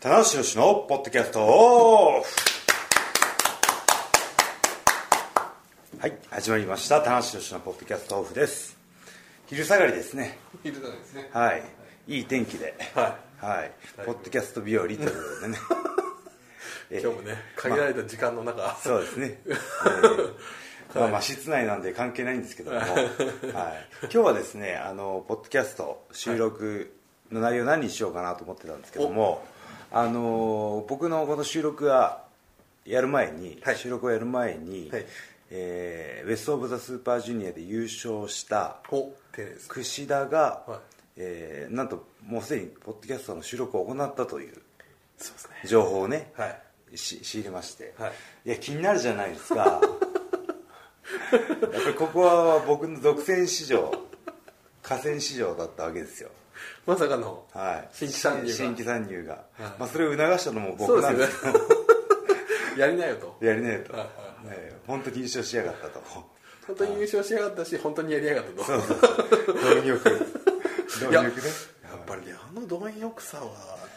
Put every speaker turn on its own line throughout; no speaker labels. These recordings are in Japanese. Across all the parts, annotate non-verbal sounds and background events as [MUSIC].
棚橋宏のポッドキャストオフはい始まりました棚橋宏のポッドキャストオフです昼下がりですね
昼太郎ですね。
はいいい天気で
は
はいポッドキャスト日和ということでねえ
い。今日もね、限られた時間の中、
そうです
[LAUGHS]
ね、えーまあ、まあ室内なんで関係ないんですけど
[LAUGHS]
も、はい、今日はですねあのポッドキャスト収録の内容何にしようかなと思ってたんですけども、あのー僕のこの収録がやる前に、
はい
収録をやる前に、
はい
えーウェスト・オブ・ザ・スーパージュニアで優勝した
お、丁寧です。
櫛田が、
はい
えーなんともうすでにポッドキャストの収録を行ったという
そうですね。
情報をね、
はい。
し仕入れまして、
はい
や気になるじゃないですかやっぱりここは僕の独占市場河川市場だったわけですよ
まさかの、
はい
新規参入が
新新規参入が、
はい
まあ、それを促したのも
そう
僕
で
な
す
ん
よ
で
ね
す。 [LAUGHS]
やりなよと。
やりねえと、
はいは
ええ本当に優勝しやがったと [LAUGHS]
本当に優勝しやがったし、本当にやりやがったと。
そうそうそう貪欲貪
いや
欲ね
やっぱりね、あの貪欲さは、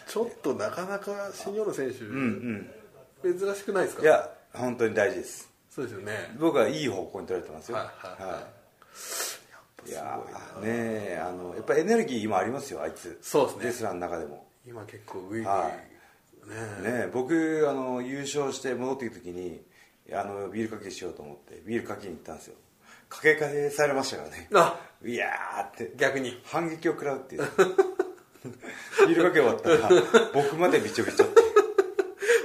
ちょっとなかなか新日本の選手、珍しくないですか
いや本当に大事です
そうですよね。
僕はいい方向に取られてますよ
はいはいはい
いいやーねえあのやっぱエネルギー今ありますよあいつ
そうですね
レスラーの中でも
今結構グイグイ、
は
ね
ねえ僕あの優勝して戻ってきた時にあのビールかけしようと思ってビールかけに行ったんですよかけかけされましたからね [LAUGHS]
あ、
いやーって
逆に。
反撃を食らうっ
[LAUGHS]
ていうビールかけ終わったら僕までびちょびちょって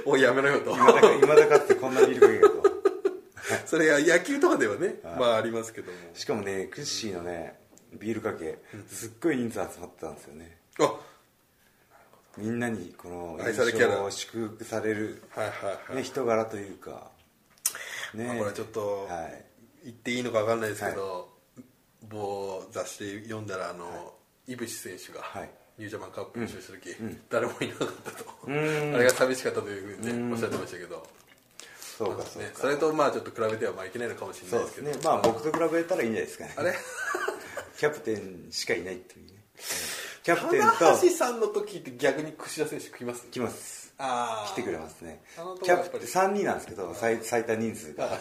おい、やめろよと。
今だか今だかってこんなビールかけがと
それが野球とかではね、まあありますけども。
しかもねクッシーのねビールかけすっごい人数集まってたんですよね
あ、
みんなにこの優
愛されキャラ
勝を祝福される、
はいはいはい
ね、。人柄というか、
まあ
ね
これはちょっと、
はい
言っていいのか分かんないですけど、某雑誌で読んだらあの、井渕選手が
はい
ニュージャパンカップ優勝した時、誰もいなかったとあれが寂しかったというふうにねおっしゃってましたけど、
そうかそう
ね、
か、
それとまあちょっと比べてはまあいけないのかもしれな
そ
いうで
ですす
けど
ねまあ僕と比べたらいいんじゃないですかね
あれ
[LAUGHS] キャプテンしかいないというねキャプテンと
花橋さんの時って逆に櫛田選手来ます
来ます
あー
来てくれますね
あのとこ
キャ
やっ
プ
ぱ
テ
り
ン3人なんですけど最最多人数が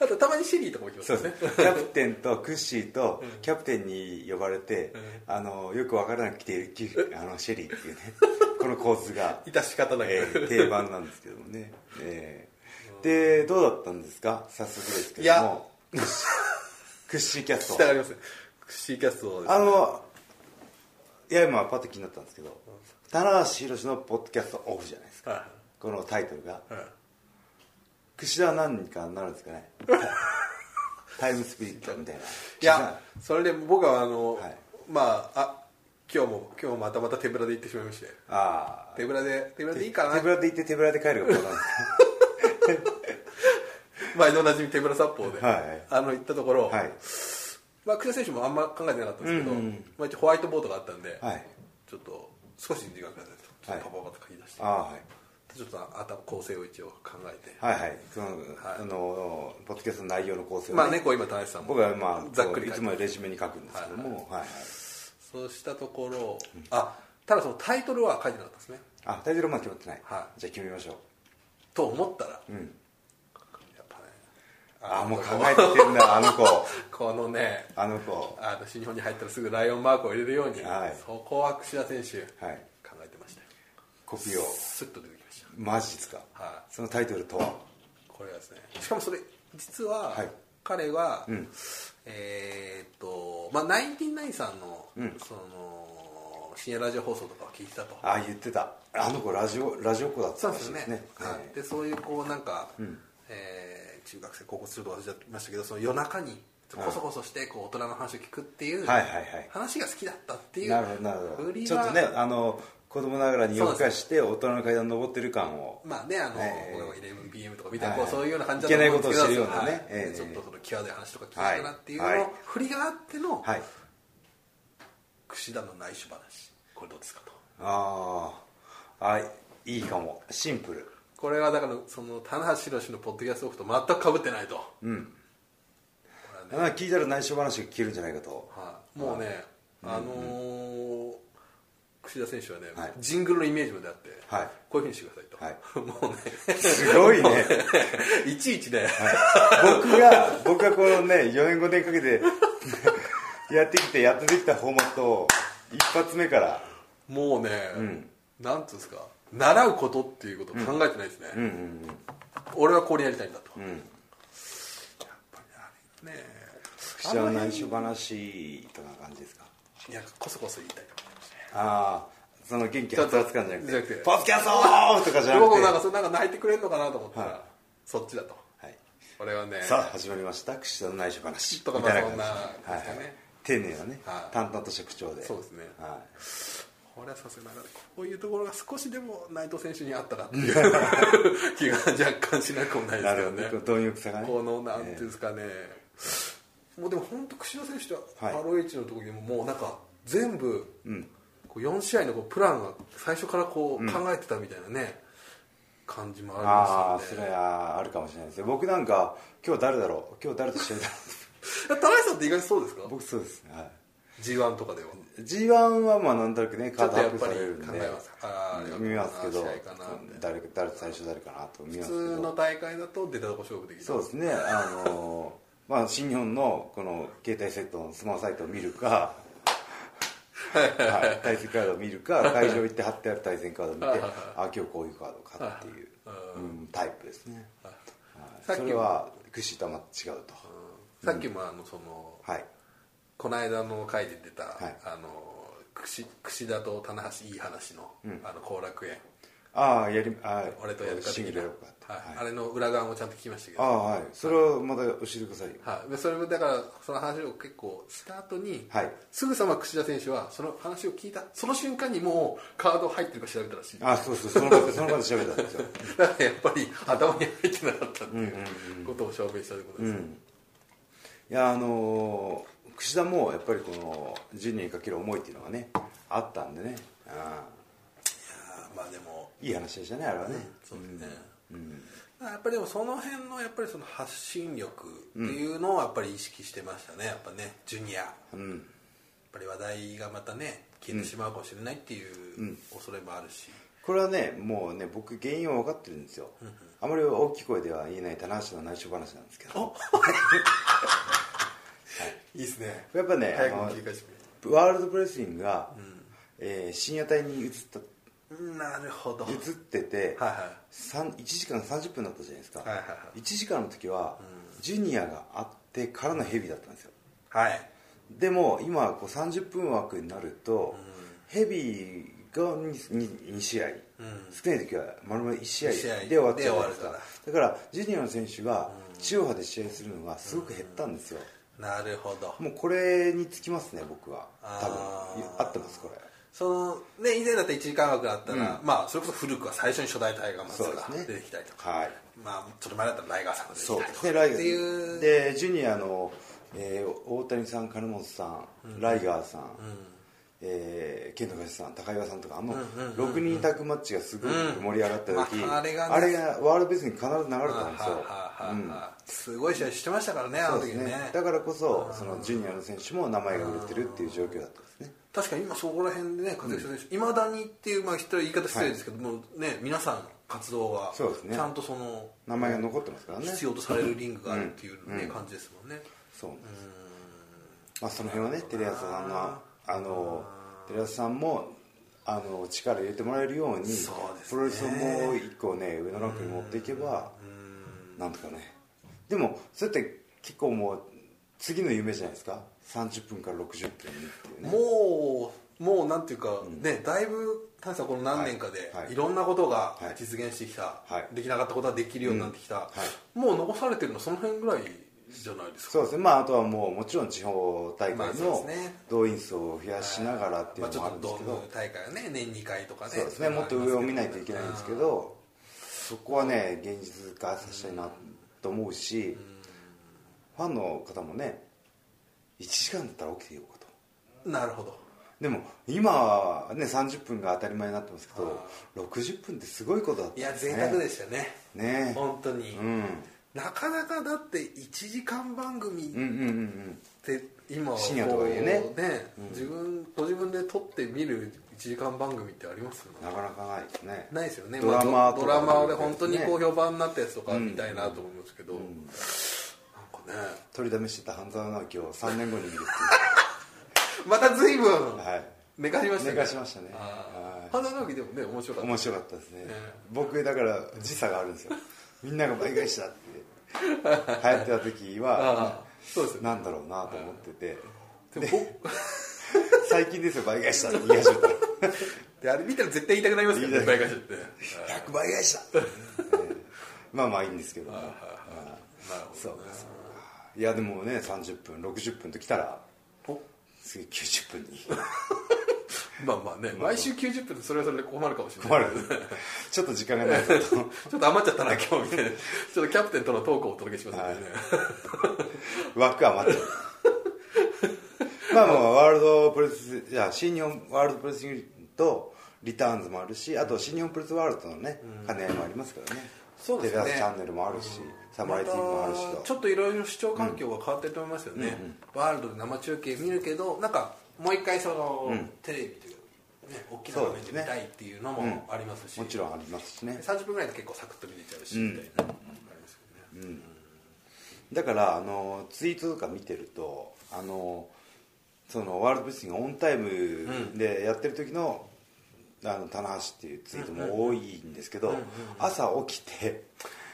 あとたまにシリーとかも来ま
そう
す
で
ね
す [LAUGHS] ねキャプテンとクッシーとキャプテンに呼ばれて、あのよくわからなく来ているきあのシェリーっていうね [LAUGHS] この構図が、
いた仕方ない、
えー
[LAUGHS]
定番なんですけどもね、えーでどうだったんですか早速ですけどもクッシーキ [LAUGHS] ャス
した
ト
がりますね櫛田キャストをですね
あのいや今パッと気になったんですけど棚橋宏のポッドキャストオフじゃないですか
は
このタイトルが
いはい
櫛田は何かになるんですか
[LAUGHS]
ねタイムスピリットみたいない
やそれで僕はあの、
はい
まああ今日も今日もまたまた手ぶらで行ってしまいまして
ああ
手ぶらで手ぶらでいいか
手
な
ぶらで行って手ぶらで帰るがこうなんです
毎度おなじみ手ぶら殺法で、
はい
あの行ったところ、
はい
まあ、久世選手もあんま考えてなかったんですけど、まあ、一応ホワイトボードがあったんで、
はい
ちょっと少し時間くださいとちょっとパパパッと書き出して、
ああはい
ちょっとあた構成を一応考えて、
はいはいその、あのポッドキャストの内容の構成をね
まあねこう今田中さんも
僕はまあ
ざっく
こうい
り書い
つ
て
もレジュメに書くんですけども、はいはい
そうしたところあただそのタイトルは書いてなかったですね
あタイトルまだ決まってない、
はい
じゃあ決めましょう
と思ったら、やっぱね
あもう考えてきてるんだあの子
このね
あの子
あの新日本に入ったらすぐライオンマークを入れるように、
はい
そこは櫛田選手、
はい
考えてましたよ
コピーを
スッと出てきました
マジですか、
は
そのタイトルとは
これはですねしかもそれ実は、
はい
彼は、えーっとまあナインティナインさんの、その深夜ラジオ放送とかを聞いてたと
あ言ってたあの子ラジオラジオっ子だった
そう
ら
で
し
す
い
よ
で
ね
すね
はいでそういうこうなんか、えー中学生高校生とか忘れちゃいましたけどその夜中にこそこそしてこう大人の話を聞くっていう、
はいはいはい
話が好きだったっていう
なるほどなるほ
振り
ど
は
ちょっとねあの子供ながらに夜更かして大人の階段登ってる感を
まあねあの、
ええ
僕は 11PM とかみたいな、
はい
こうそういうような感じ
いけない
思うんですけど
ことをしてるようなね
はい
ええ
ちょっとその際どい話とか聞いたなっていうの
はい
の、
はい
振りがあっての、
はい
櫛田の内緒話これどうですかと
あーあいいかもシンプル
これはだからその棚橋宏のポッドキャストオフと全くかぶってないと、
なんか聞いたら内緒話が聞けるんじゃないかと
はいもうね、あのー、櫛田選手はね、
はい
ジングルのイメージまであって、
はい
こういうふうにしてくださいと、 [LAUGHS] もうね
すごいね
[LAUGHS] いちいちね、
僕が僕がこのね4年5年かけて [LAUGHS] やってきてやっとできたフォーマットを一発目から
もうね、なんつうんですか習うことっていうことを考えてないですね、
うんうんうん
俺はこれやりたいんだと、やっぱりあれね
口は内緒話とか感じですか
いやこそこそ言いたいと思いますね
ああその元気はつらつ感じゃなくて
じゃなくて
ポッドキャストーとかじゃなく
僕
て
もなんかそれなんか泣いてくれるのかなと思ったら、
は
そっちだと
はい、
俺はね
さあ始まりました櫛田の内緒話
とか
み
ま
た
あ
いな感じ
そんな感じですかね
はいはい丁寧なね、
はい
淡々とした口調で
そうですね
は
俺はさすがになんかこういうところが少しでも内藤選手にあったらっていう
[LAUGHS]
気が若干しなくもない
い、
で
な
す
るほど
けどね
ねこの貪欲さがね
このなんていうんですかね、もうでも本当櫛田選手と
はい
ROH の時にももうなんか全部
うん
こう4試合のこうプランが最初からこう考えてたみたいなね、感じも
あ
あ
あ
りま
そ
すよ
れ
ね
はあるかもしれないですね僕なんか今日誰だろう今日誰と試合だろ
田中さんって意外とそうですか
う僕そうですね、はい
G1 とかでは
G1 はまあなんとなくね
ち
カ
ょ
ー
っ
ド
と
ア
や
ッ
っ
プ
ぱ
され
り考
るんで
えますあー
見ますけど
試合かなみたいな
誰か誰最初誰かなと見ま
普
すけ
通の
ど
大会だと出たとこ勝負できる
そうですねあのーまあ新日本のこの携帯セットのスマホサイトを見るかはい、対戦カードを見るか会場行って貼ってある対戦カードを見て
はいはい
あ今日こういうカードかっていう、うん、タイプですね、はい
さっき
それは櫛田とは違うと、
さっきもあのその
はい
この間の回で出た、
はい
あの櫛櫛田と棚橋いい話の、あの後楽園
ああやりあー
俺とやるか
シ
的
ングル
な
や
はい
ろうかって、はい
あれの裏側もちゃんと聞きましたけど
ああはいそれをまた教えてくださいよ
はい、でそれもだからその話を結構した後に、
はい
すぐさま櫛田選手はその話を聞いたその瞬間にもうカード入ってるか調べたらしい
あそうそうその場でその場で調べたんですよ
だからやっぱり頭に入ってなかったっていうことを証明したということです、
いやあのー櫛田もやっぱりこのジュニアにかける思いっていうのがねあったんでねあ
あーまあでも
ーいい話でしたねあれはね、
そうですね、まあやっぱりでもその辺のやっぱりその発信力っていうのをやっぱり意識してましたねやっぱねジュニア、やっぱり話題がまたね消えてしまうかもしれないっていう恐れもあるし、
これはねもうね僕原因は分かってるんですよ、あまり大きい声では言えない棚橋の内緒話なんですけど
いいですね
やっぱね
早
あ
く
の
切り返してくれ
ワールドプレスリングが、えー深夜帯に移った
なるほど
移ってて、
はいはい
三1時間30分だったじゃないですか、
はいはいは
1時間の時は、ジュニアがあってからのヘビーだったんですよ
はい
でも今こう30分枠になると、ヘビーが 2, 試合、少ない時は丸々1試合
一試合
で終わっちゃうじゃないです
で終わ
か
るか
だからジュニアの選手が地上波で試合するのがすごく減ったんですよ、
なるほど
もうこれにつきますね僕は多
あ
分
ー
合ってますこれ
そのね以前だったら1時間枠だったら、まあそれこそ古くは最初に初代大河松
そうで
が
すね
出てきたりとか、
はい
まあちょっと前だったらライガーさんが出てき
そう
たり
で
と
す
か
ね
っ
ライ
て
ガ
いう
ーでジュニアの、えー大谷さん金本さん、ライガーさん、えー、ケントカシさん高岩さんとかあの6人タッグマッチがすごい盛り上がった時、
うんまああれがね
ワールドベースに必ず流れてたんですよ
ははははすごい試合してましたからねあの
そう
時
です
ね
ねだからこそそのジュニアの選手も名前が売れてるっていう状況だったんですね
確かに今そこら辺でね活躍してる選手いまだにっていう、まあ、人は言い方失礼ですけど、もうね皆さんの活動が
そうですね
ちゃんとその
名前が残ってますからね
必要とされるリングがあるっていう、ね感じですもんね
そうなんですまあその辺はねテレ朝さんのあのテレ朝さんもあの力入れてもらえるように
そうですね
プロレスをもう一個ね上のランクに持っていけばなんとかねでもそれって結構もう次の夢じゃないですか30分から60分にっていうね
もうもうなんていうか、ねだいぶ大さんこの何年かで、
はい
い
はい
ろんなことが
はい
実現してきた、
はい
できなかったことができるようになってきた、もう残されてるのその辺ぐらいじゃないですか
そうですねまああとはもうもちろん地方大
まあ
会
そう
の
ですね
動員数を増やしながらってい
まあ、
う
ち
の
ょ
もあ
っ
る
と
んですけ
ドー
ど
ム大会はね年2回とかね
そうですねもっと上を見ないといけないんですけどそこはね現実化させたいなと思うしファンの方もね1時間だったら起きてようかと
なるほど
でも今はね30分が当たり前になってますけど60分ってすごいことだった
い
ん
や
ですね
贅沢でしたね
ね
本当に、
うん
なかなかだって1時間番組っ
うんうんうんうん
て今はこう
深夜とかいうね
ね自分ご自分で撮ってみる1時間番組ってあります
なかなかないですね
ないですよね
ドラマ
まあ
と
ド
か
ラマで
もね
本当に好評版になったやつとか見たいなと思うんですけど、なんかね
取りだめしてた半沢直樹を3年後に見るっ
また随分
ていうはい
寝かしましたね
寝かしましたね
あ
はい
ー花の木でもね面白かった
面白かったですね、
え
僕だから時差があるん
[LAUGHS]
ですよみんなが倍返しだって流行ってた時は
あーそうですよね
なんだろうなと思ってて
でも僕
最近ですよ倍返しだって言い始め
[LAUGHS]
た
であれ見たら絶対言いたくなりますよね
言いたく
倍返し
[LAUGHS]
って
100倍返しだ、
[LAUGHS]
ええまあまあいいんですけど、
なるほ
そうですいやでもね30分60分ときたら次90分に
どまあまあね毎週90分でそれはそれで困るかもしれない [LAUGHS]
困るちょっと時間がないぞと
ちょっと余っちゃったな今日みたいなちょっとキャプテンとのトークをお届けしますのでね、
枠余っちゃうまあまあワールドプロレスいや新日本ワールドプロレスユニットとリターンズもあるしあと新日本プロレスワールドとのね兼ね合いもありますからね
そうですね
テレビ朝日チャンネルもあるし、サムライティーもあるし
また
と
ちょっといろいろ視聴環境が変わってると思いますよね、ワールドで生中継見るけどなんかもう一回その、テレビというかね大きな画面で見たいっていうのもありますし、
もちろんありますしね
30分ぐらいで結構サクッと見れちゃうしみたいな、ありますよね
だからあのツイートとか見てるとあのそのワールドプレスリングがオンタイムでやってる時の、あの棚橋っていうツイートも多いんですけど、朝起きて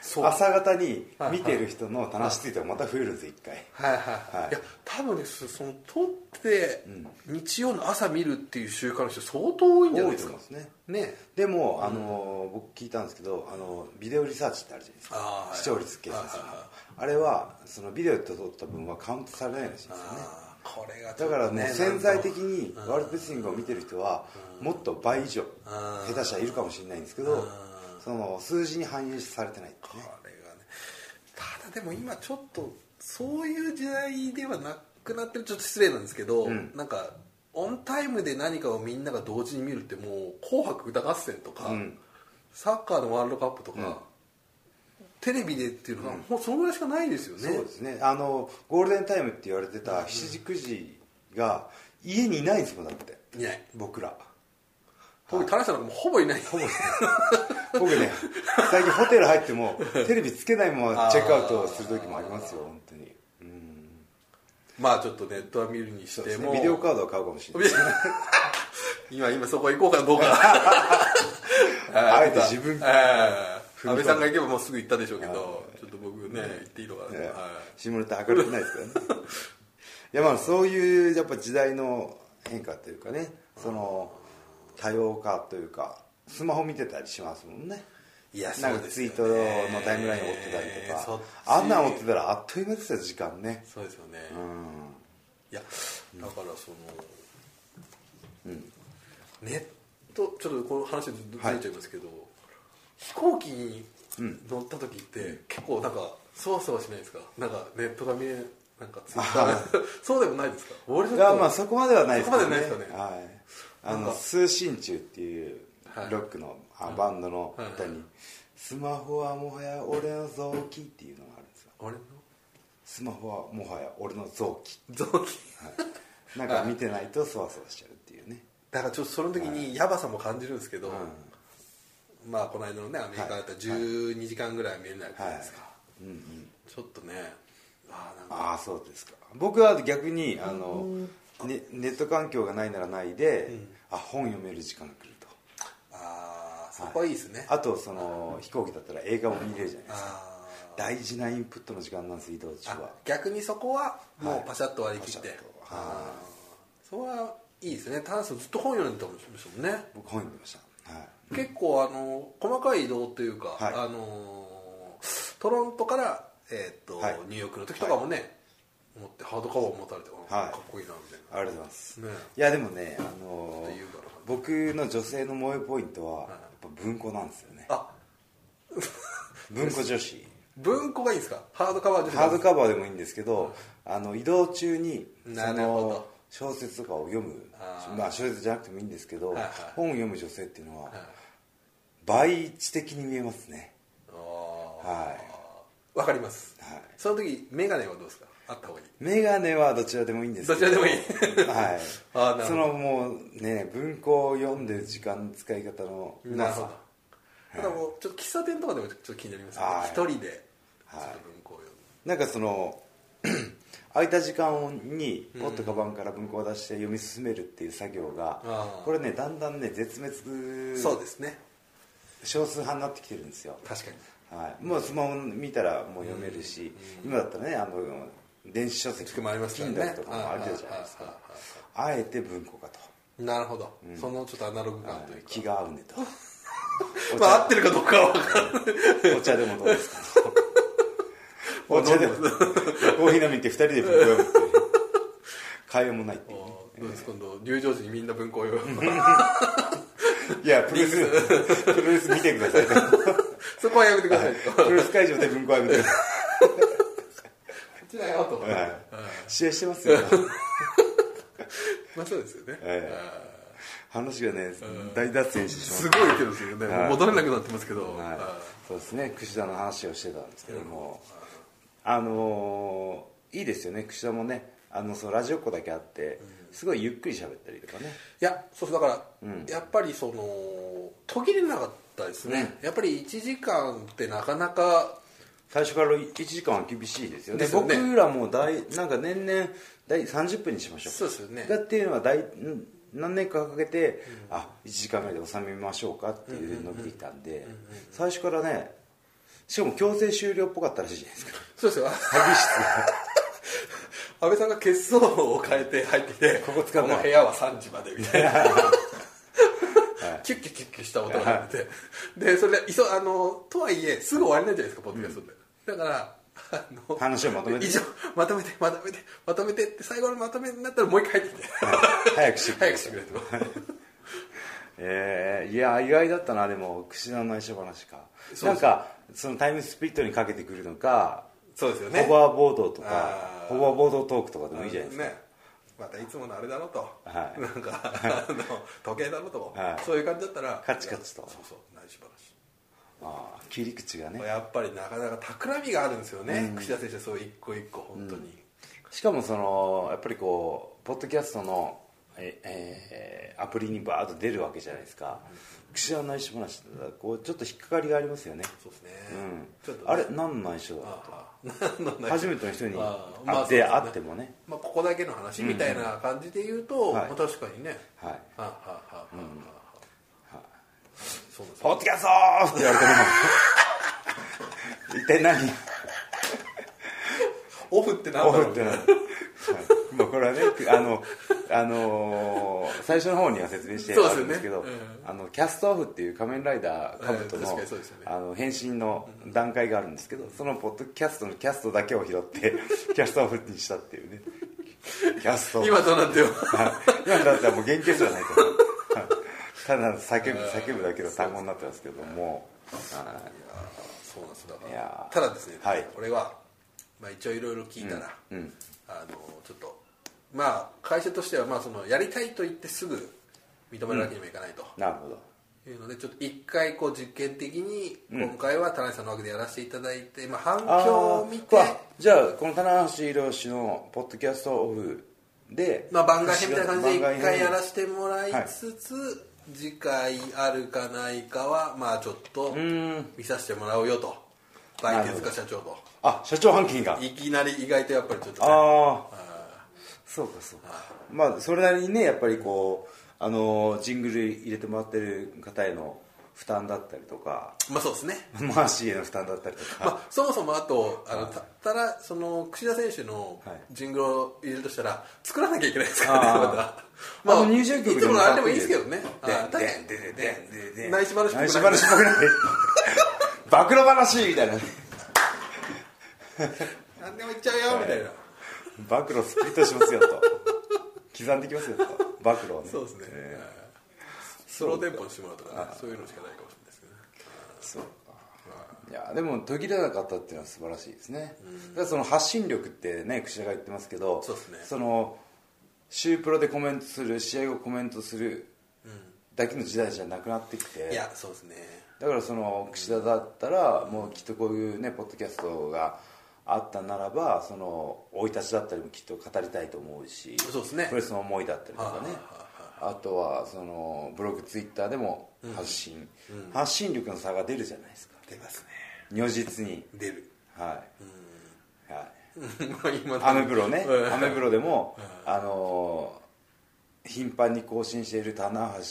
そう
朝方に見てる人の棚橋ツイートがまた増えるんですよ一回
はいはい、
はい
い、や多分ねそその撮って日曜の朝見るっていう習慣の人相当多いんじゃない
多い
で
と
す
思いま
か
すね
ね
でもあの、僕聞いたんですけどあのビデオリサーチってあるじゃないですか
あーはい
視聴率計算する
はいはいはい
あれはそのビデオで撮った分はカウントされないらしいんですよね
あーこれがちょ
だ
っとね
からもう潜在的に
なんか
ワールドプレスリングを見てる人はもっと倍以上
うん
下手者いるかもしれないんですけど
ん
その数字に反映されてないってね
あれがねただでも今ちょっとそういう時代ではなくなってるちょっと失礼なんですけど、
ん
なんかオンタイムで何かをみんなが同時に見るってもう「紅白歌合戦」とか、
うん
サッカーのワールドカップとか、
うん
テレビでっていうのはもうそのぐらいしかないですよね、
そうですねあのゴールデンタイムって言われてた7時9時が家にいないんですもんだって
いない
僕ら
僕田中さんなんかもうほぼいないほぼ
僕ね最近ホテル入ってもテレビつけないままチェックアウトする時もありますよ本当に
[LAUGHS] まあちょっとネットは見るにし
そうで
て
すね
も、
ビデオカードを買うかもしれない
[LAUGHS] 今今そこ行こうかどうか
あえて自分
ええ安倍さんが行けばもうすぐ行ったでしょうけどちょっと僕ね行っていいのかな
ね
は
下ネタ明るくないですからねいやまあそういうやっぱ時代の変化というかねその多様化というかスマホ見てたりしますもんね
いいや
なん
そう
か
で
ツ
す
イ
よ
ー
ね
トのタイムラインを追ってたりと
そっ
か
ち
あんなん追ってたらあっという間ですよ時間ね
そうですよね
うん
いやだからそのネットちょっとこの話ずれちゃいますけど飛行機に乗った時って結構なんかそわそわしないですかなんかネットが見えなんかツイッター [LAUGHS] そうでもないですか俺ちょ
い
っ
や
と
まあそこまではないですけど
そこまではないですかね
はいあ
な
の
んか
通信中っていう
はい
ロックの、あバンドの
はいはい
歌に「スマホはもはや俺の臓器」っていうのがあるんですよ
俺の
スマホはもはや俺の臓器
臓器
なんか見てないとそわそわしちゃうっていうね
だからちょっとその時にヤバさも感じるんですけど、まあこの間のねアメリカだったら12時間ぐらい見れないわけじゃないですか、ちょっとねああなんか
ああそうですか僕は逆にあの、ね、ネット環境がないならないで、あ本読める時間が来ると
ああそこはいいですね、
あとその飛行機だったら映画も見れるじゃないですか
あ
大事なインプットの時間なんです移動中
ー
は
あ逆にそこはも
はいう
パシャッと割り切って、
パシャッとはい
あーそこはいいですね炭素ずっと本読んでたもんですもんね、
僕本読んでましたはい
結構あの細かい移動というか、
はい
あのトロントから、えーっと
はい
ニューヨークの時とかもね、持ってハードカバー持たれて、
はい
かっこいいなみたいな
ありがとうございます、
ね
いやでもね、あの
ちょっと優雅な感じ
僕の女性の萌えポイントはやっぱ文庫なんですよね
あ
文庫女子
文庫がいいんですかハードカバー
ハード
バ
カバーでもいいんですけど、あの移動中に
な
そ
るほ
の
ど
小説とかを読む
あー
まあ小説じゃなくてもいいんですけど、
はいはい
本を読む女性っていうのは
はい
倍知的に見えますね
あー
は
わかります
はい
その時眼鏡はどうですかあった方がいい
メガネはどちらでもいいんです
どちらでもいい
は
[LAUGHS] あーない
そ
るほど
のもうね文庫を読んでる時間の使い方のうまさ
ただもうちょっと喫茶店とかでもちょっと気になりますね
はい
一人でちょっと文庫を読む
なんかその [CLEARS THROAT] 空いた時間にポッとカバンから文庫を出して読み進めるっていう作業が、
あー
これねだんだんね絶滅
そうですね
少数派になってきてるんですよ、
確かに
はい、もうスマホ見たらもう読めるし、今だったらねあの電子書籍
聞くもありますからね
Kindle とかもあるじゃないです
あー
か
あーあーあー
あえて文庫化と、
なるほど、そのちょっとアナログ感という
はい
か、
気が合うねとお
[LAUGHS] まあ合
茶
ってるかどうかは分からな
お
い
茶でもどうですか
[LAUGHS]
とお茶でもコーヒー飲みに行って2人で文庫読むっていう会話もないっていうね
どうです今度入場時にみんな文庫を読
[LAUGHS]
む
いや、プロレス、プロレス見てください。
そ [LAUGHS] こはやめてくださいと
プロレス会場で文庫は見てくださ
こちらよと、
い。はい試合してますよ。
まあそうですよね、
ええ
あー
話がね、大脱線してし
す
ま
ごい勢いですよね、
はい
もう戻れなくなってますけど、
う。はい
あ
そうですね、櫛田の話をしてたんですけども、あのー、いいですよね、櫛田もね、あの、そう、ラジオっ子だけあって、すごいゆっくり喋ったりとかね。
ーいやそうそうだから、やっぱりその途切れなかったですね、やっぱり1時間ってなかなか
最初から1時間は厳しいですよね
ですよね
僕らも大なんか年々大30分にしましょう
そうですよね
だっていうのは大ん何年かかけて、あ1時間ぐらいで収めましょうかっていう伸びてきたんで最初からねしかも強制終了っぽかったらしいじゃないですか
そうですよ
会議室が
[LAUGHS] 安倍さんが血相を変えて入ってきて
ここ使うな
の部屋は3時までみたいな、 [LAUGHS] キュッキュッキュッキュした音が鳴ってて、でそれで急あのとはいえすぐ終わりなんじゃないですかポッドキャストって、だからあの
話をまとめて
以上まとめてまとめてまとめてって最後のまとめになったらもう一回入ってきて
早くしてくれ
早くしてくれと
えーいや意外だったなでも櫛田の内緒話か
そう
なん
です
かそのタイムスピットにかけてくるのか
そうですよね
ホバーボードとか
あー
ホバーボードトークとかでもいいじゃないですか、
ねまたいつものあれだろうと、
はい
なんかあの時計だろうと、
はい
そういう感じだったら
カチカチと
そうそう内緒話
あー切り口がね
やっぱりなかなか企みがあるんですよね、櫛田選手はそういう一個一個本当に、
しかもそのやっぱりこうポッドキャストのえ、えーアプリにバーッと出るわけじゃないですか櫛田の内緒話だとこうちょっと引っかかりがありますよね
そうですね、
うん
ちょっとね
あれ何の内緒だ
ああなんだ
初めての人に
ああま
会
あ
って会
そうですね
ってもね
まあ、ここだけの話みたいな感じで言うと、
んはい
まあ、確かにね、
はい
はあはあはあはあはあそうなん
「ポッドキャスト!」って言われ
[LAUGHS]
ても一体何
ですオフってなん
オ
だろ
フ
う
ってな [LAUGHS] る、はいまあこれはねあの、あのー最初の方には説明して
そうで
あ
すよね
るんですけど
う
あのキャストオフっていう仮面ライダー兜
うん確
の,、
かにそうですよね
あの変身の段階があるんですけどそのポッドキャストのキャストだけを拾って [LAUGHS] キャストオフにしたっていうねキャストオフ
今となっては
はい今だったらもう原型じゃない
[LAUGHS]
と思うはいただ叫ぶ叫ぶだけの単語になってますけどもはい
そうなんですだか
いや
ら
ー
ただですね、
はい
これは、まあ、一応いろいろ聞いたら、
うんうん
あのちょっとまあ会社としてはまあそのやりたいと言ってすぐ認めるわけにもいかないと、
なるほど
いうのでちょっと一回こう実験的に今回は田中さんのわけでやらせていただいて、まあ、反
あ
響を見て
ーわじゃあこの棚橋宏のポッドキャストオフで、
まあ、番外編みたいな感じで一回やら
せ
せてもらいつつ、次回あるかないかはまあちょっと
ん
見させてもらうよと売手塚社長と
あ社長半金が
いきなり意外とやっぱりちょっとね、
ああそうかそうかまあそれなりにねやっぱりこうあのージングル入れてもらってる方への負担だったりとか [LAUGHS]
まあそうですね
マーシーへの負担だったりとか、
まあ、そもそもあとあのたただその櫛田選手の
はい
ジングルを入れるとしたら作らなきゃいけないですから
あ
ね
ー
また
あの入場曲でも
いつものあれでもいいですけどねあー
で
確か
ん
に
でんでんでんでんでん
内緒話っぽくない
内緒話っぽくない
[LAUGHS]
暴露話みたいな
何でもいっちゃうよみたいな、
暴露スプリットしますよと刻んできますよと暴露をね
そうですね、
え
はいスローテンポにしてもらうとかねそういうのしかないかもしれないですけどね
ーそうかいやでも途切れなかったっていうのは素晴らしいですね、だからその発信力ってね櫛田が言ってますけど
そうですね
の週プロでコメントする試合をコメントするだけの時代じゃなくなってきて、
いやそうですね
だからその櫛田だったらもうきっとこういうねポッドキャストがあったならばその生い立ちだったりもきっと語りたいと思うし
そうですね
プロレスの思いだったりとかねあとはそのブログツイッターでも発信、発信力の差が出るじゃないですか
出ますね
如実に
出
[LAUGHS]
る
はい、はい、
今
アメブロね
[LAUGHS] うん
アメブロでもあのー頻繁に更新している棚橋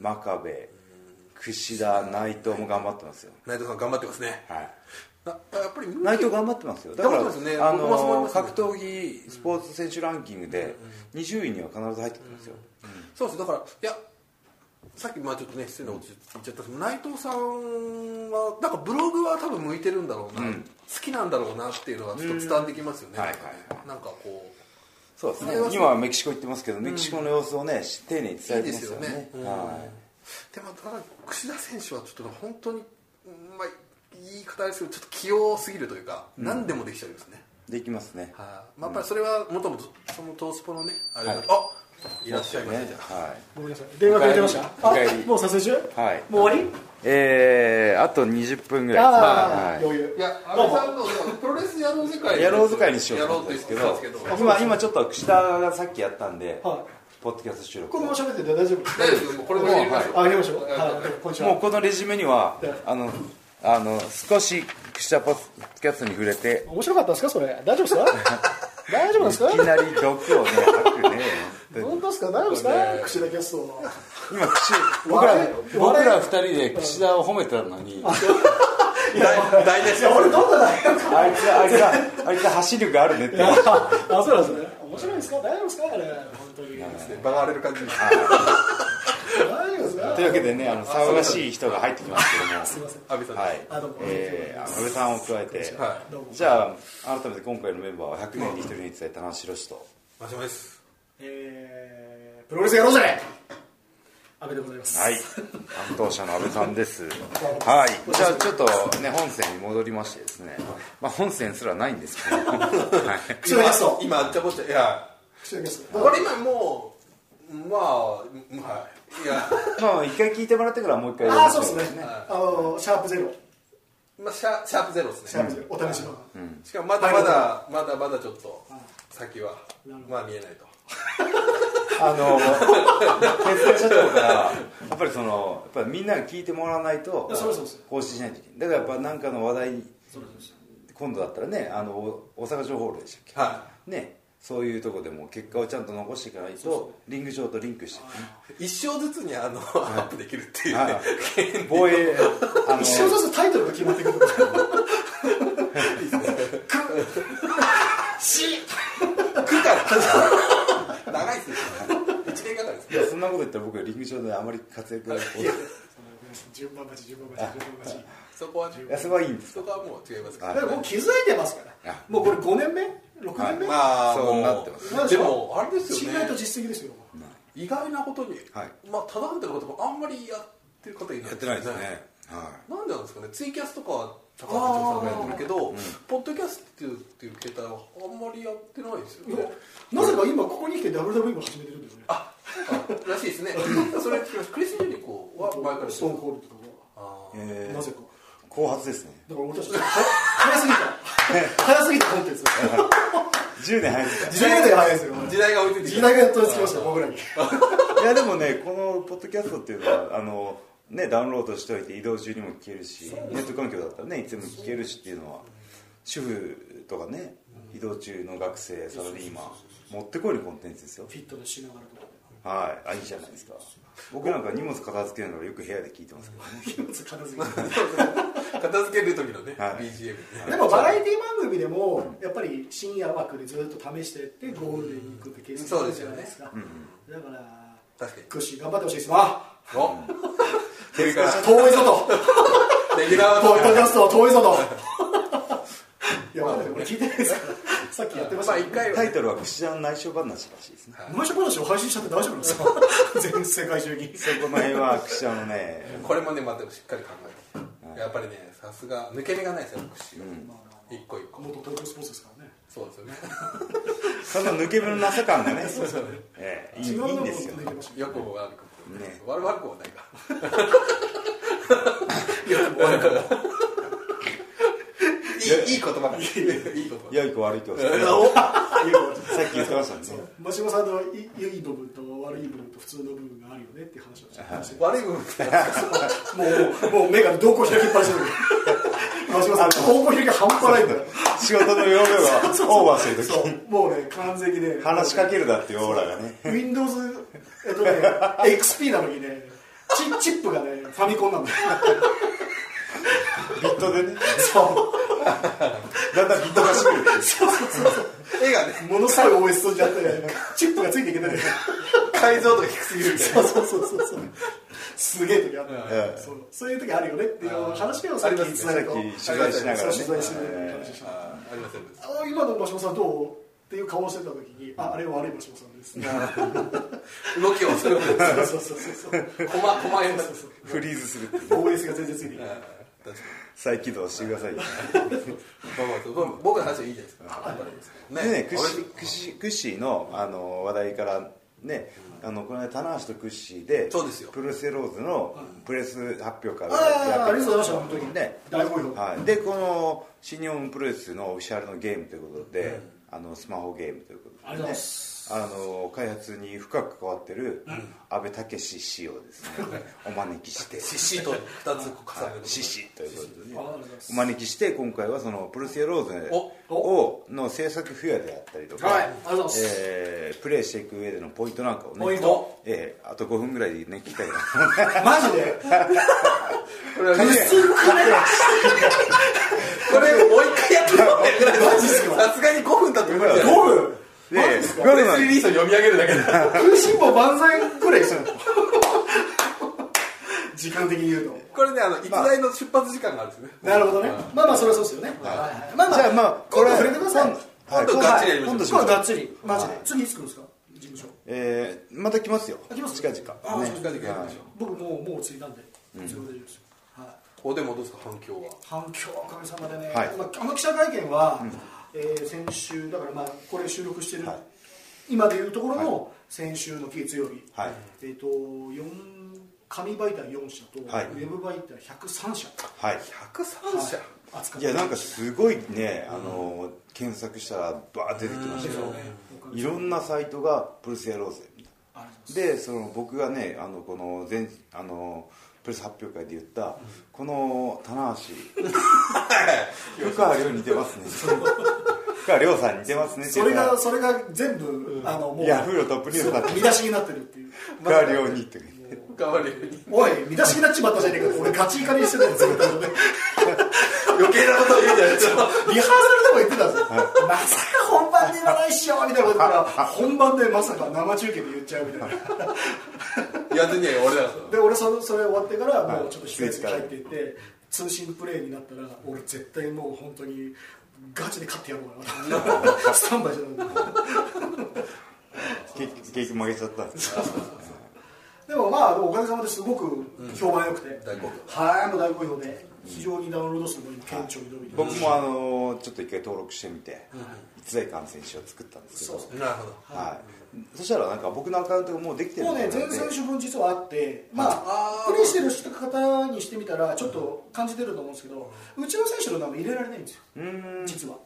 真壁櫛田内藤も頑張ってますよ
内藤さん頑張ってますね
はい
なやっぱり見
内藤頑張ってますよだから、
頑張ってますね
あ
僕もそう思い
の
ま
ー
す
格闘技スポーツ選手ランキングで20位には必ず入ってくるんですよ、
そうですだからいやさっきまあちょっとね失礼なこと言っちゃったんですけど内藤さんはなんかブログは多分向いてるんだろうな、好きなんだろうなっていうのはちょっと伝わってきますよね、
うん
なんかね
はいは
なんかこ
そうですね
それはそう
今はメキシコ行ってますけどメキシコの様子をね、し丁寧に
う
伝
い
えて
いで
ますすよ
よ
ね
ねうん
はい
でもただ櫛田選手はちょっと本当に、うんまあ、言い方あれですけどちょっと器用すぎるというか、何でもできちゃいますね
できますね
はい、まあ、やっぱりそれはもともとそのトースポのねあれ、
はい
あいらっしゃいませ
ね
じゃあ
はい
ごめんなさい電話くれてました
お
あ
帰りお帰り
もう撮影中
はい
もう終わ
えー、あと20分ぐ
り
らいですね
あ
は
あ
い
余裕
いや、安倍さんのプロレス野郎使い
やろう使いにしよう
や
と
ろ
思
う
っ
と
たん
言
で
っ
す
て
け
たん
ど
ですけど、
今今ちょっと櫛田がさっきやったんで、
はい
ポッドキャスト収録
このまま喋ってて大丈夫
大丈夫ですこれもやりましょう
あ、やりましょう。
は
はいい、こんにちは。
もうこのレジュメには
ええ
あのあの少し櫛田ポッドキャストに触れて
面白かったですか、それ。大
[LAUGHS]
丈夫ですか大丈夫なんですか
いきなり毒をね吐くね
本当ですか大丈夫ですか口だけすと。
今櫛僕ら
笑え
僕ら二人で櫛田を褒めてたのにあい
大大体しよう
俺どんなだよ。
つあいつはあいつは走るがあるねってはい
あ、そうなんですね。面白いですか大丈夫ですかあれ。本当に。
バカ荒れる感じです
大丈夫ですか
というわけでねあの騒がしい人が入ってきますけども
すいません。
安倍さん、
はい
あどうも、
えー、安倍さんを加えて、
は
どうも。
じゃあ改めて今回のメンバーは100年に一人に伝えた話しろしと
マシマシです
えー、プロレスやろうぜ安倍でございます。
はい担当者の安倍さんですはいじゃあちょっとね本線に戻りましてですね、まあ、本線すらないんですけ
[LAUGHS]
ど、はい
口だけすと。
今あっちゃこっちゃいや
口だけすと。
これ今もうまあうんはいいや
まあ一回聞いてもらってからもう一回
あ、そうです
ね
ね。あの、シャープゼロ。
[LAUGHS] まあシャシャープゼロですね
シャープゼロ。お試しの。
しかもまだまだまだまだちょっと先は
なるほど
まあ見えないと
あの決断社長からやっぱりそのやっぱりみんなが聞いてもらわないと
いやそうですそうです
更新しないといけないだからやっぱ何かの話題に今度だったらねあのお大阪城ホールでしたっけ
は
ね、そういうとこでも結果をちゃんと残していかないとリング上とリンクして、
い一生ずつにあのアップできるっていうね
はい [LAUGHS] 防衛あの
[LAUGHS] 一生ずつタイトルが決まってくるから
区から長いですね一年がかりです
いやそんなこと言ったら僕はリング上であまり活躍がい
順番待ち順番待ち順番待ち
そこは
やそこはいいんです
そこはもう違いますか
は
だ
い
ら
からもう気づいてますから
あ
もうこれ5年目6年目、
まあ
そう
もう
なってます
なん
で
しょう
もあれです
信
よ
頼
ね
と実績ですよ
意外なことに、
はい
まあただんてることもあんまりやってる方いない
やってないですね、は
なんでなんですかねツイキャスとかは高橋さんがやってるけど、ポッドキャストっていう携帯はあんまりやってないですよね
なぜか今ここに来て WWE も始めてるんだよねあ
らしいで
[LAUGHS]
すねそれクリス・ジュニコは前から
ストーンコールドとか
あ
い
ー
え
なぜか
ー後発ですね
だから俺たちは早すぎた早すぎたコンテンツ
10年早いですか
時代が早いですよ
時代が追いついてき
時
た
代が取り付きましたよ僕らに
らいやでもねこのポッドキャストっていうのはあのねダウンロードしておいて移動中にも聞けるしネット環境だったらねいつでも聞けるしっていうのは主婦とかね移動中の学生サラリーマンもってこいのコンテンツですよ
フィットネスしながらとか
はい、あいいじゃないですか僕なんか荷物片付けるのがよく部屋で聞いてますけどね
荷物片付
[LAUGHS]
けて
片付ける時のね、
はい
BGM ね
でもバラエティ番組でもやっぱり深夜枠でずっと試してってゴールデンに行くってケースがあるじゃないですか、だから
確かに
クッシー頑張ってほしいですな
おこれから
遠いぞと
レギュラー
ポ
は
ッドキャストは遠いぞといやまだ俺聞いてないですからさっきやってまし
ま
た
あ
け
一
ど
回は
タイトルは「櫛田の内緒話」らしいですね
内緒話を配信しちゃって大丈夫なんですか全世界中に
そこの辺は櫛田のね
これもねまたしっかり考えて、やっぱりねさすが抜け目がないですよ僕し一個一個
元東京スポーツですからね
そうですよね
その抜け目のなさ感がねええいいい
違うの
いん
も
ですよ
出て
ね
ました [LAUGHS]
よくも悪くも
ね
悪悪くもないか
いやでも悪くも
いい
いい言葉が
いいこと
良い子悪い子をさっき言ってましたね
マシモさんのい良い部分と悪い部分と普通の部分があるよねっていう話をしてまし
悪い部分って
たもうもうもう目が瞳孔開きっぱなしだけどマシモさん瞳孔開き半端ないんだよ
仕事の容量がオーバーしてる
そう
時
もうね完璧で
話しかけるだっていうオーラがね
Windows えっとね XP なのにねチチップがねファミコンなんだよ
ビットでね
そ
だんだんビットがしくるっていう
絵がね
うものすごい OS とじゃってねチップがついていけないんだよ
解像度が低すぎるみたいな
そうそうそうそうそうすげえ時あった、
んうん
そうそういう時あるよねっていう話をさっきつ
さ
な
っ
ぐ
き
と
取材しながら
そう取材しながら
ね
話しま
あーありますあります
すあ今のマシモさんどうっていう顔をしてた時にああれは悪いマシモさんですね
動きを遅くなる
そうそうそうそう
こまこまえます
フリーズするっていう
OS が全然ついていけ
あ
な
ー
い
確かに
再起動してくださいよ
まあまあそう僕僕の話はいいじゃないですかやっぱりです
で
ね
ね、クッ
俺
シークッシークッシーのあの話題からね、あのこの間、棚橋とクッシーで
そうですよ
プルセローズのプレス発表から
あああ
や
り
って
がとうございました本当に
ね
大好評
はい、でこの新日本プロレスのオフィシャルのゲームということで、あのスマホゲームということで、ね、
ありがとうございます
あの開発に深く関わってる阿部武史氏をですね、お招きして
シシと二つ重ねる
シシということでね
ありがとうございます
お招きして今回はそのプルセローズ
お
をの制作フェアであったりとか、
はいありがとうございます
えープレイしていく上でのポイントなんかをね
ポイント
えーあと5分ぐらいでね聞きたいな
マジで
これはこれもう一回やってみようってぐらい
マジっすか
さすがに5分だと思うじゃない
ゴム
で
マジっすか
ゴ
プ
ム
レスリリースを読み上げるだけで
食いしん坊万歳くらいしたの時間的に言うと
これねあの逸材の出発時間があるんですね
なるほどねまあまあそれはそうですよねはいまあまあ
じゃあまあ
今度触れてください
はい
今度がっちりやりましょう
今度しましょ
今度
う
がっつりマジで次いつ来るんですか事務所
えーまた来ますよ
来ます
近々
あ
ね
そう
近々やりましょう
僕もうもうついたんでそれは大丈夫ですよはい
ここでもどうですか反響は
反響はおかげさまでね
はい
まああの記者会見はえー先週だからまあこれ収録してる
はい
今でいうところの先週の月曜日
はい
えっと4紙媒体4社とウ
はい
ェブ媒体103社
はい
103社
扱っ
い
て
やなんかすごいね、あの検索したらバーッ出てきましたよ、いろんなサイトがプルスやろうぜみたいな
ありがとうございます
でその僕がねあのこの前あのプレス発表会で言った、この棚
[LAUGHS]
橋福川亮に似てますね福川亮さんに似てますねって
そ
言
れ
ったら
がそれが全部あのもう
ヤフーのトップニュースだって
見出しになってるっていう
福川亮にって
頑張れる
おい見出しになっちまったじゃねえか俺ガチ怒りしてたやつみたいなね
余計なことを言うんじゃないですか
リハーサルでも言ってたんですよ、まさか本番で言わないっしょみたいなことから [LAUGHS] 本番でまさか生中継で言っちゃうみたいな
言わずには俺だから
で俺そのそれ終わってからも
は
う
い
ちょっと秘密に入っていって通信プレイになったら俺絶対もう本当にガチで勝ってやろうか [LAUGHS] なスタンバイしてたんで
結局結局負けちゃったんですよ
でもまあでもおかげさまですごく評判良くて、
大好評
はいもう大好評で非常にダウンロード数も今顕著に伸びて
僕もあのちょっと一回登録してみて逸材感染症を作ったんですけ
そう
ど
そ
なるほど
はい、そしたらなんか僕のアカウントがもうできてる
もう
みた
ね
いな
全
ので
選手分実はあって、まあ
あ、ー
プレイしてる人方にしてみたらちょっと感じてると思うんですけどうちの選手の名前入れられないんですよ実は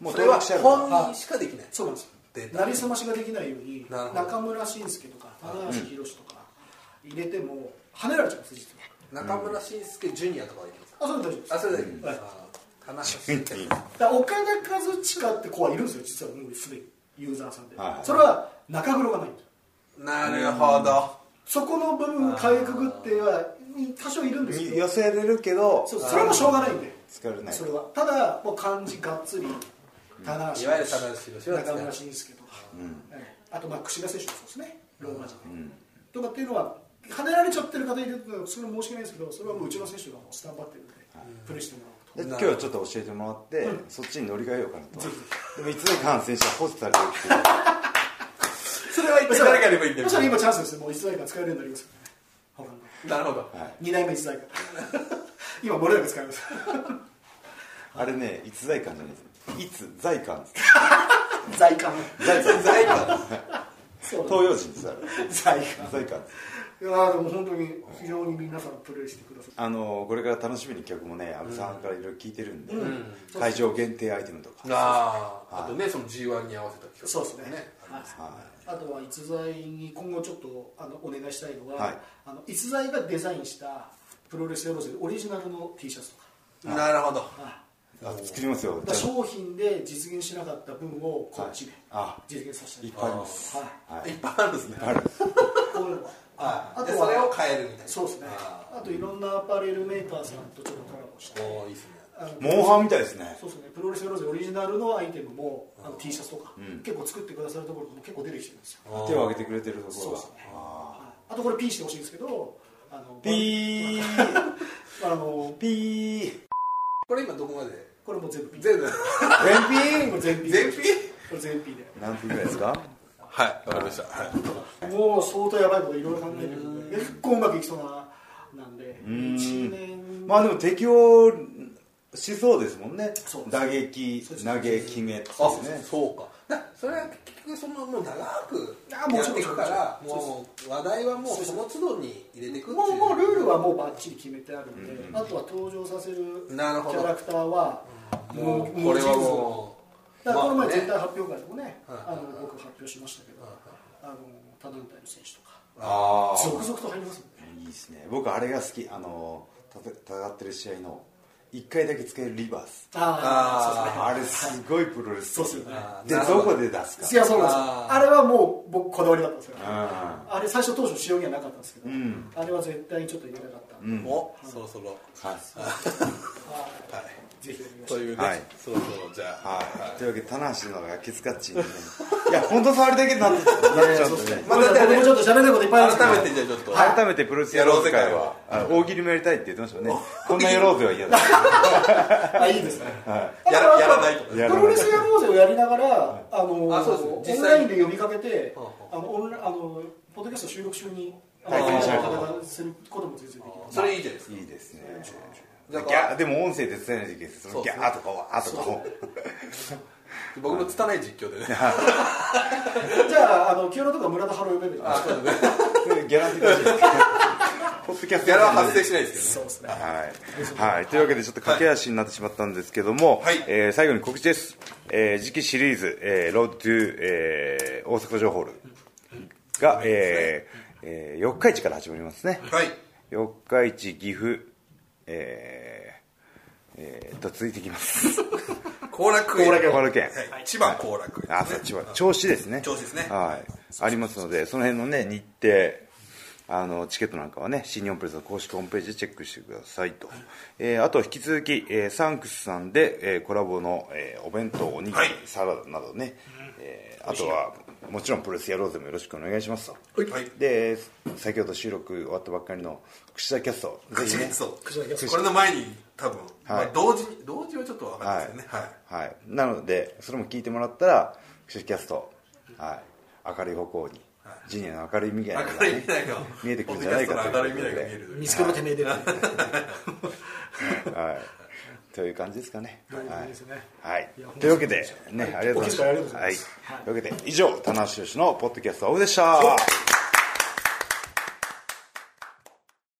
もう
それ
登
は
録しちゃうから
本人しかできない
そうなんです
出た
なりすましができないように
なるほど
中村慎介とか棚橋宏とか入れても跳ねられちゃうんです実は
中村慎介ジュニアとかできます
あそれ大丈夫です
あそれで
はい
棚橋
いい
だから岡田和親って子はいるんですよ実はもうすでにユーザーさんで、
はい
それは中黒がないんですよ
なるほど
そこの部分かいくぐっては多少いるんですけど
寄せれるけど
そうそれもしょうがないんで
疲れない
それはただもう漢字がっつり棚橋
いわゆる棚橋宏は
中村慎介とか、ええあとまあ櫛田選手もそうですねローマ人、とかっていうのは跳ねられちゃってる方いるのはそれは申し訳ないですけどそれはもううちの選手がもうスタンバってるんで、プレーしてもらおうと
で今日ちょっと教えてもらって、そっちに乗り換えようかなとでもいつで感染したら放置されてるっていう
それは一体誰がでもいいんだ
そしたら
よ
今チャンスですよもう逸材が使えるようになりますか
な
らね
るほど
はい
2代目逸材が今漏れなく使えます
あれね逸材感じゃないですいつ財感です
財官
財感
財団
そう
東洋人ですあれ
財官
財感です
いやでも本当に非常に皆さんプレイしてください
あのこれから楽しみに曲もね安部さんからいろいろ聞いてるんで、
ん
会場限定アイテムとか、
ああとねその G1 に合わせた企画
そうですね
あ
あとは逸材に今後ちょっとあのお願いしたいのは、
はい
あの逸材がデザインしたプロレスエロゼオリジナルの T シャツとか
りますなるほど
あ
あ作りますよ
だから商品で実現しなかった分をこっちで
あ
実現させた
いっ
り
ぱいあります
はい
はい
いっぱいあるんですね
ある
こういうのが
あ
あ
で
と
そ
は
れを変えるみたいな
そうですね
あ
あといろんなアパレルメーカーさんとちょっとコラボして
ーおーいいですね
あの
モンハンみたいですね
そうですねプロレスエロゼオリジナルのアイテムもあの T シャツとか、結構作ってくださるところも結構出てきてるんですよ
手を挙げてくれてるとこ
そ
ろ
う
が
ですねあとこれ P してほしいんですけどあの
ピー
[LAUGHS] あの
ピー全
これ今どこまで
これも全部 P
全部
これ
品
全 P
全品
これ全 P で
何分ぐらいですか
はいわかりましたはい
もう相当やばいこといろいろ考えてるんで結構うまくいきそうななんで
ん
1年
まあでも適応しそうですもんね
そうです
打撃
そうです
投げ決めって
あ
ね
そうかなそれは結局そのもう長く
あも
や
ち
っ
ろ
て
ん
いくから
もちろん
もう話題はもうその都度に入れていくって
も
いう
もうルールはもうバッチリ決めてあるんで、あとは登場させるキ
なるほど
ャラクターは
もうこれはもう
だからこの前
まあね
全体発表会でもね、
はい
あの僕発表しましたけど、あの他団体の選手とか
ああ
続々と入りますもんね
いいですね僕あれが好きあのたた戦ってる試合の1回だけ使えるリバース
あ
あれすごいプロレス
そうっすよね
で
なる
ど
ほど
こで出すか
いやそうなんですよ
あ
あ
ー
れはもう僕こだわりだったんですよ
あ
あれ最初当初仕様にはなかったんですけど、
ん
あれは絶対にちょっと入れなかったんで、
うん
おそろそろ
はい、
はい
はい
ぜひお願いします
という
は
ね
い
そろそろじゃあ
はい、というわけで棚橋のがケツカッチンにねいや本当触りだけになっなっちゃうんでね
またね
僕もちょっと喋れることいっぱいある
改めて
んですけど
じゃあちょっと
改めてプロレスやろうぜ会はあ大喜利もやりたいって言ってましたもんねこんなやろうぜは嫌だ
あいいですね、はい
やらやらないと
やら
プ
ない
ロレスやろうぜをやりながら、あの
あそうですね実際に
オンラインで呼びかけて、
は
あのオンラインあのポッドキャスト収録中に
体験したりとか
あのすることも全然できます
それいいじゃ [LAUGHS] ないですか
いいですねギ
だ
ャ
から
ーでも音声で伝えないといけないですそ
そ
の
う
ギ
です
ャ
ね
ーとかはあとかを
僕の拙い実況でね
じゃああの清野とか村田春を呼べばいい
あそうですね
それギャランティー出してるポッドキャスト
ギャラは発生しないですけ
そうですね
はい、はい、というわけでちょっと駆け足になってしまったんですけども、
はい
えー最後に告知です、えー次期シリーズ「えー、ロード・トゥ、えー大阪城ホールが」えーえー四日市から始まりますね
どねはい
四日市岐阜えーえーっと続いていきます
後楽園
後楽園後楽園
はい千葉後楽園
あそう千葉調子ですね
銚子ですね
はいありますのでその辺のね日程あのチケットなんかはね新日本プロレスの公式ホームページでチェックしてくださいと、えーあと引き続き、えーサンクスさんで、えーコラボの、えーお弁当おにぎり、
はい
サラダなどね、えーあとはもちろんプロレスやろうぜもよろしくお願いしますと
はい
で先ほど収録終わったばっかりの串田キャストぜひね
そうこれの前に多分、まあ同時に同時はちょっと分かんないですよねはい、
はい、なのでそれも聞いてもらったら串田キャスト、はい、明るい方向に、ジュニアの明るい未来が、
明るい未来が
見えてくるんじゃないかという
ポ
こと
ッド
で
キャストの明るい未来が見える
見つけのてめえで、はい、
はい、という感じですかね。
どういう
は
感
い
じですね
はい
いや
というわけで、ね、ありがとうございま
お気遣いありがとう
す。
ご
は
ざい
い
ます、
というわけで、以上、棚橋宏のポッドキャストオフでした。